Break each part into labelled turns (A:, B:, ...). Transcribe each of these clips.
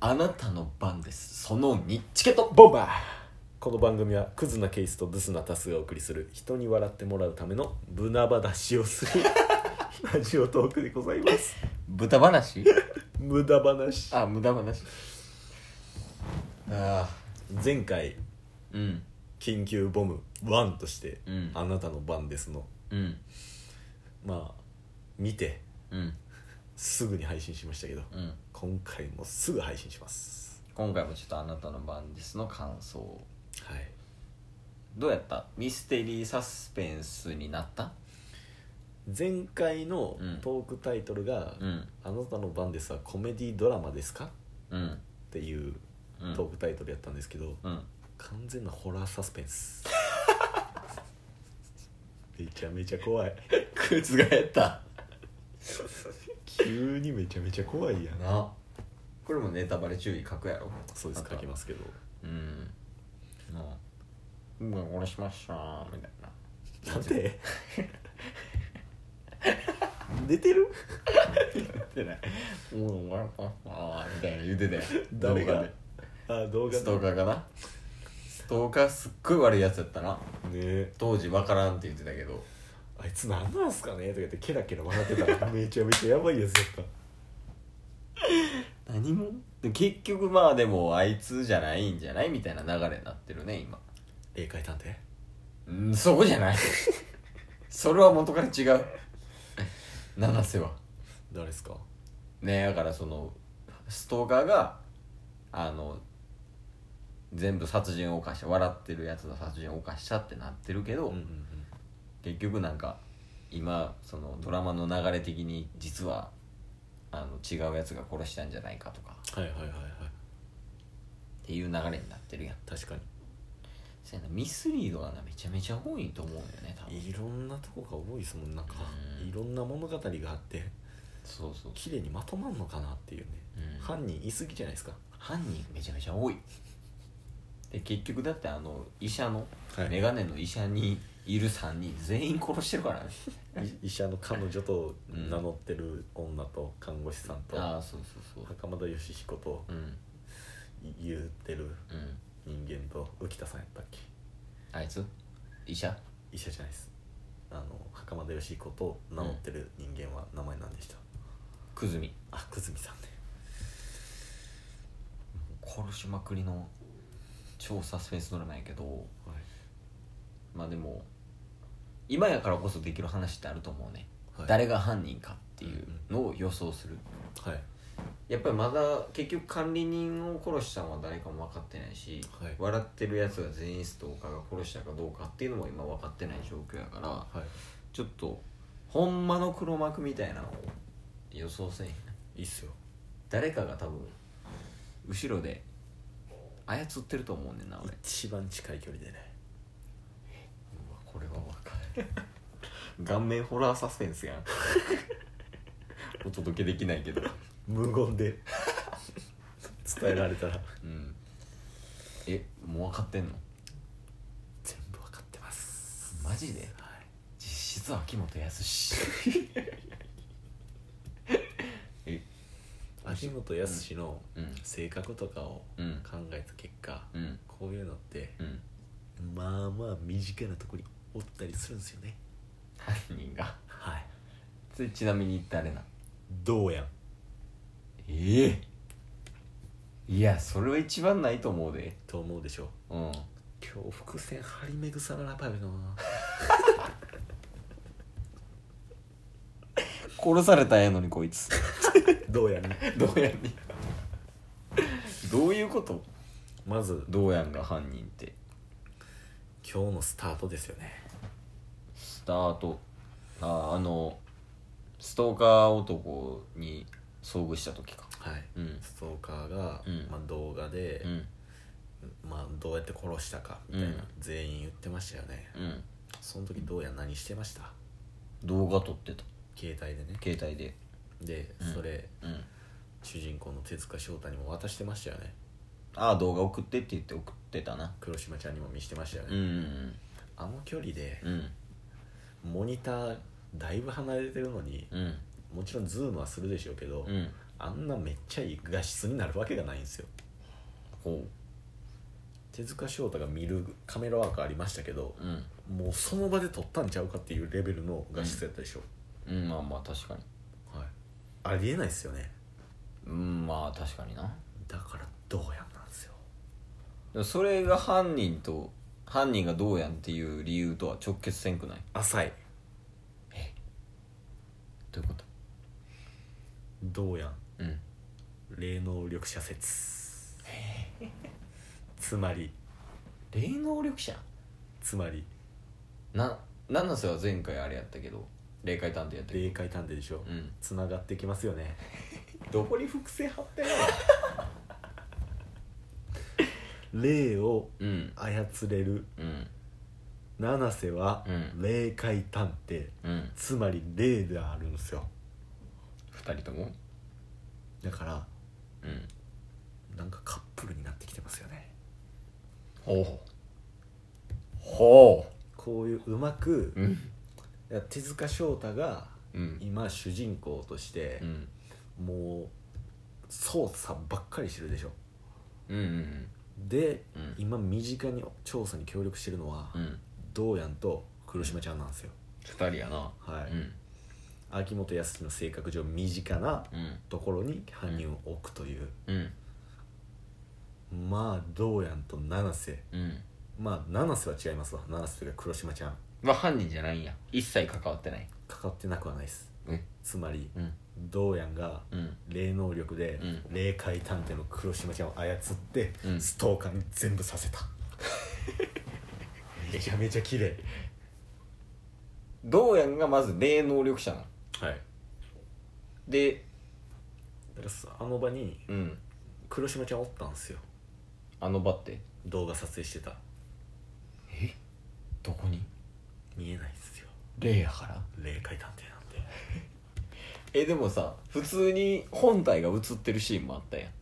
A: あなたの番ですその2チケット
B: ボンバーこの番組はクズなケースとブスなタスがお送りする人に笑ってもらうための無ナバ出しをするラジオトークでございます
A: 豚 話
B: 無駄話
A: あ無駄話ああ
B: 前回
A: うん
B: 緊急ボム1として「
A: うん
B: あなたの番ですの」
A: うん
B: まあ見て
A: うん
B: すぐに配信しましたけど
A: うん
B: 今回もすぐ配信します
A: 今回もちょっとあなたの番ですの感想
B: はい
A: どうやったミステリーサスペンスになった
B: 前回の
A: うん
B: トークタイトルが「
A: うん
B: あなたの番です」はコメディドラマですか
A: うん
B: っていう
A: うん
B: トークタイトルやったんですけど、
A: うん
B: 完全なホラーサスペン スめちゃめちゃ怖い
A: クズがやった
B: 急にめちゃめちゃ怖いやな
A: なこれもネタバレ注意書くやろ
B: そうです書きますけど
A: うんもう「うん俺しました」みたいな
B: なん で寝てる
A: ってね「うん俺しました」みたいな言うてたよ動
B: 誰が
A: 画で
B: あ動画
A: ストーカーかなストーカーすっごい悪いやつやったな
B: ね
A: 当時わからんって言ってたけど
B: あいつなんなんすかねとか言ってケラケラ笑ってたら めちゃめちゃやばいやつだっ
A: 何もで結局まあでもあいつじゃないんじゃないみたいな流れになってるね今
B: た霊界探偵
A: うんそうじゃないそれは元から違う七瀬は
B: 誰ですか
A: ねだからそのストーカーがあの全部殺人を犯した笑ってるやつの殺人を犯したってなってるけど、
B: うんうんうん
A: 結局なんか今そのドラマの流れ的に実はあの違うやつが殺したんじゃないかとか
B: はいはいはいはい
A: っていう流れになってるやん
B: 確か
A: そうやなミスリードがなめちゃめちゃ多いと思うよね多分
B: にいろんなとこが多いですもんなんか
A: うん
B: いろんな物語があって
A: そうそう
B: 綺麗にまとまんのかなっていうね、
A: うん
B: 犯人いすぎじゃないですか
A: 犯人めちゃめちゃ多いで結局だってあの医者の、
B: はい
A: メガネの医者にいる3人全員殺してるからね
B: い医者の彼女と
A: うん
B: 名乗ってる女と看護師さん と
A: ああそうそうそう
B: 袴田義彦と
A: うん
B: い言ってる
A: うん
B: 人間と浮田さんやったっけ
A: あいつ医者
B: 医者じゃないですあの袴田義彦と名乗ってる人間は名前なんでした、
A: 久住
B: あ久住さんね
A: 殺しまくりの超サスペンスドラマやけどまあでも今やからこそできる話ってあると思うね、
B: はい
A: 誰が犯人かっていうのを予想する、
B: はい
A: やっぱりまだ結局管理人を殺したのは誰かも分かってないし、
B: はい
A: 笑ってるやつが全員ストーカーが殺したかどうかっていうのも今分かってない状況やから、
B: は
A: ちょっとほんまの黒幕みたいなのを予想せん
B: いいいっすよ
A: 誰かが多分後ろで操ってると思うねんな俺
B: 一番近い距離でね
A: うわこれは分かる顔面ホラーサスペンス やんお届けできないけど
B: 無 言で伝えられたら
A: うんえもう分かってんの
B: 全部わかってます
A: マジで
B: はい
A: 実質秋元康え
B: 秋元康の
A: うん
B: 性格とかを
A: うん
B: 考えた結果、
A: うん
B: こういうのって
A: うん
B: まあまあ身近なとこにおったりするんですよね
A: 犯人が
B: はい
A: それちなみに誰なん
B: どうやん
A: ええいやそれは一番ないと思うで
B: と思うでしょう
A: うん
B: 今日伏線張り巡さらなばよな
A: 殺されたらええのにこいつ
B: どうやんね
A: どうやんにどういうこと
B: まず
A: どうやんが犯人って
B: 今日のスタートですよね
A: スタートああのストーカー男に遭遇した時か
B: はい
A: うん
B: ストーカーが、
A: うん
B: まあ、動画で
A: う、ん
B: まあ、どうやって殺したかみたいな、
A: うん
B: 全員言ってましたよね
A: うん
B: その時どうやん何してました
A: 動画撮ってた
B: 携帯でね
A: 携帯で
B: で
A: うん
B: それ、
A: うん
B: 主人公の手塚翔太にも渡してましたよね
A: ああ動画送ってって言って送ってたな
B: 黒島ちゃんにも見してましたよね、
A: うんうん
B: あの距離で
A: うんうん
B: モニターだいぶ離れてるのに
A: うん
B: もちろんズームはするでしょうけど、
A: うん
B: あんなめっちゃいい画質になるわけがないんですよ
A: ほ
B: 手塚翔太が見るカメラワークありましたけど
A: ううん
B: もうその場で撮ったんちゃうかっていうレベルの画質やったでしょ、
A: うんまあまあ確かに
B: はい、ありえないですよね
A: うんまあ確かにな
B: だからどうやなんですよ
A: でもそれが犯人と犯人がどうやんっていう理由とは直結せんくない
B: 浅い
A: どういうこと
B: どうやん
A: うん
B: 霊能力者説つまり
A: 霊能力者
B: つまり
A: な七瀬は前回あれやったけど霊界探偵やったけ
B: 霊界探偵でしょ
A: どうん
B: つながってきますよ ね
A: どこに複製貼ってんの
B: 霊を
A: うん
B: 操れる
A: うん
B: 七瀬は
A: うん
B: 霊界探偵、
A: うん
B: つまり霊であるんですよ
A: 2人とも
B: だから
A: うん
B: なんかカップルになってきてますよね
A: ほうほ
B: こういううまく
A: う、うん
B: いや手塚翔太が
A: うん
B: 今主人公として
A: う、ん
B: もう操作ばっかりしてるでしょ
A: うんうん
B: で、
A: うん
B: 今身近に調査に協力してるのは、
A: うん
B: どうやんと黒島ちゃんなんですよ、
A: 2人やな
B: はい、
A: うん
B: 秋元康の性格上身近な
A: うん
B: ところに犯人を置くという、
A: うん
B: まあどうやんと七瀬
A: うん
B: まあ七瀬は違いますわ七瀬というか黒島ちゃん
A: まあ犯人じゃないんや一切関わってない
B: かかってなくはないです
A: うん
B: つまり
A: うん
B: どうやんが
A: うん
B: 霊能力で
A: うん
B: 霊界探偵の黒島ちゃんを操って
A: うん
B: ストーカーに全部させた めちゃめちゃ綺麗
A: どうやんがまず霊能力者なの
B: はい
A: で
B: だからそあの場に
A: うん
B: 黒島ちゃんおったんですよ
A: あの場って
B: 動画撮影してた
A: えどこに
B: 見えないっすよ
A: 霊やから
B: 霊界探偵なんで
A: えでもさ普通に本体が映ってるシーンもあったやん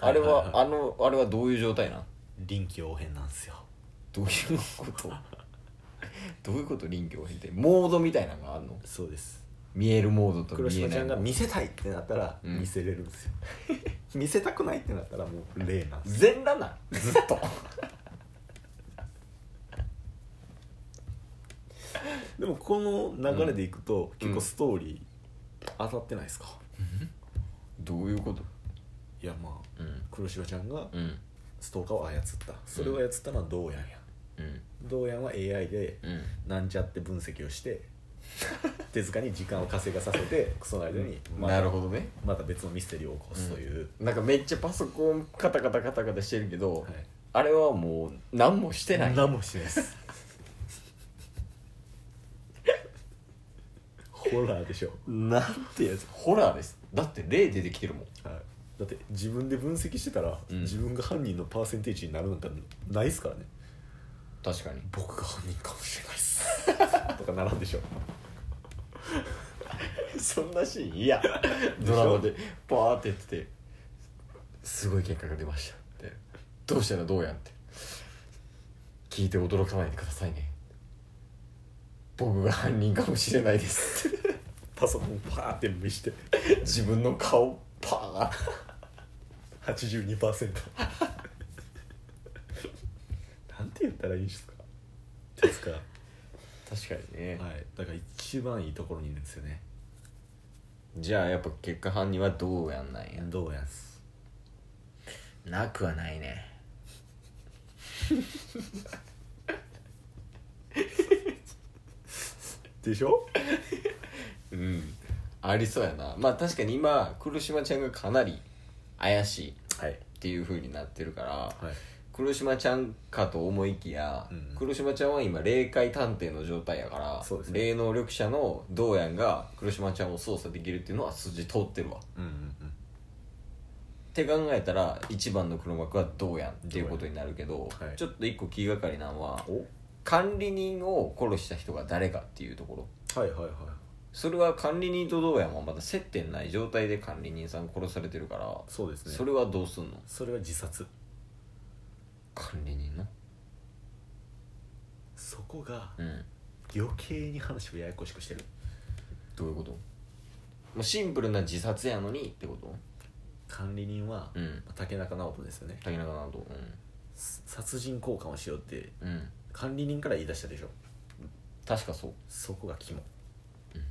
A: あれは,、
B: はいはいはい
A: あのあれはどういう状態なん
B: 臨機応変なんですよ
A: どういうことどういうこと臨機応変ってモードみたいなのがあるの
B: そうです
A: 見えるモードと
B: 黒
A: 見え
B: 島
A: な
B: ちゃ
A: い
B: ん
A: モ
B: が
A: ード
B: 見せたいってなったら
A: うん
B: 見せれるんですよ、 見せたくないってなったらもう霊なんです
A: 全裸なん ずっと
B: でもこの流れでいくと、結構ストーリー当たってないですか、
A: どういうこと
B: いやまあ
A: うん
B: 黒島ちゃんが
A: うん
B: ストーカーを操ったそれを操ったのはどうやんや
A: うん
B: どうやんは AI で
A: うん
B: なんちゃって分析をして 手塚に時間を稼がさせてその間にま
A: な
B: た
A: るほどね
B: また別のミステリーを起こすという、
A: なんかめっちゃパソコンカタカタカタカタしてるけど、
B: はい
A: あれはもう何もしてない
B: 何もしないですホラーでしょ、
A: なんてやつホラーですだって霊出てきてるもん
B: はい、だって自分で分析してたら、
A: うん
B: 自分が犯人のパーセンテージになるなんてないですからね
A: 確かに
B: 僕が犯人かもしれないっす とかならんでしょ
A: そんなシーンいや ドラマでパーってやっててすごい結果が出ましたってどうしたらどうやんって聞いて驚かないでくださいね僕が犯人かもしれないです って
B: パソコンパーって見して
A: 自分の顔パー
B: 82%なんて言ったらいいんですかですか、は
A: 確かにね
B: い、だから一番いいところにいるんですよね
A: じゃあやっぱ結果犯人はどうやんなんや
B: どうやんす
A: なくはないね
B: でしょ
A: うんありそうやなまあ確かに今黒島ちゃんがかなり怪しいっ
B: はい
A: ていう風になってるから、
B: はい
A: 黒島ちゃんかと思いきや、
B: うん
A: 黒島ちゃんは今霊界探偵の状態やから、
B: そうですね
A: 霊能力者のどうやんが黒島ちゃんを操作できるっていうのは筋通ってるわっ
B: うんうんうん
A: て考えたら一番の黒幕はどうやんっていうことになるけど、
B: はい
A: ちょっと一個気がかりなのは
B: お
A: 管理人を殺した人が誰かっていうところ
B: はいはいはい
A: それは管理人とどうやんはまだ接点ない状態で管理人さん殺されてるから
B: そうですね
A: それはどうすんの
B: それは自殺
A: 管理人の
B: そこが
A: うん
B: 余計に話をややこしくしてる
A: どういうこともうシンプルな自殺やのにってこと
B: 管理人は
A: うん
B: 竹中直人ですよね
A: 竹中直人
B: す殺人交換をしようって
A: うん、うん、
B: 管理人から言い出したでしょ
A: 確かそう
B: そこが肝、
A: うん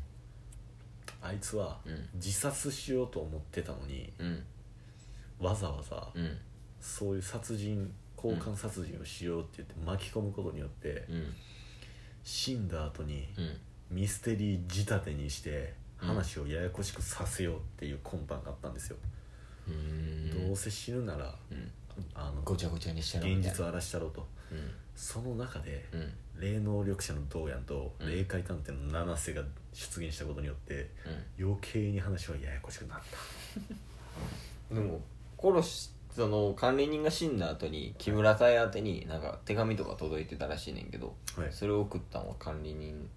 B: あいつは
A: うん
B: 自殺しようと思ってたのに
A: うん
B: わざわざ
A: うん
B: そういう殺人交換殺人をしようって言って巻き込むことによって
A: うん
B: 死んだ後に
A: うん
B: ミステリー仕立てにして
A: うん
B: 話をややこしくさせようっていうコンパンがあったんですよ、
A: うーん
B: どうせ死ぬなら
A: うん
B: あの
A: ごちゃごちゃにしてやろう
B: 現
A: みたい
B: 実
A: な
B: を荒らしたろうとその中で
A: うんうん
B: 霊能力者のドーヤンと
A: うん
B: 霊界探偵の七瀬が出現したことによって余計に話はややこしくなった
A: うんでも殺しその管理人が死んだ後に木村さん宛てになんか手紙とか届いてたらしいねんけど
B: はい
A: それを送ったのは管理人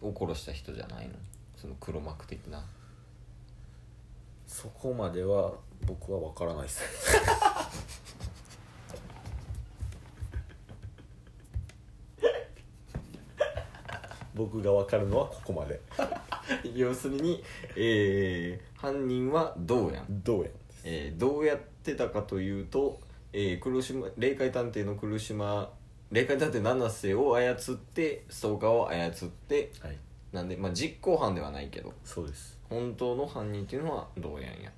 A: を殺した人じゃないのその黒幕的な
B: そこまでは僕は分からないっ す僕が分かるのはここまで
A: 要するに、えー犯人はどうやん、
B: どうやん
A: えーどうやってたかというと、えー黒島霊界探偵の黒島霊界探偵七瀬を操ってストーカーを操って
B: はい
A: なんで、まあ、実行犯ではないけど
B: そうです
A: 本当の犯人っていうのはどうやんや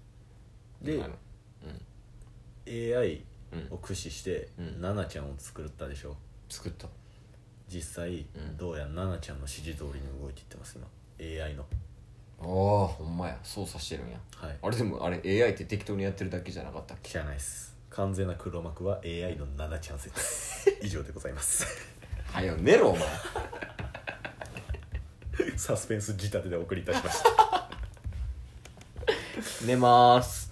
B: で
A: なる
B: AI
A: うん
B: を駆使して、
A: うん
B: ナナちゃんを作ったでしょ
A: 作った
B: 実際、
A: うん
B: どうやらナナちゃんの指示通りに動いていってます今 AI の
A: ああほんまや操作してるんや
B: はい
A: あれでもあれ AI って適当にやってるだけじゃなかったっけ
B: じゃないっす完全な黒幕は AI のナナちゃ ん説以上でございます
A: はよ寝ろお前
B: サスペンス仕立てでお送りいたしまし た
A: 寝まーす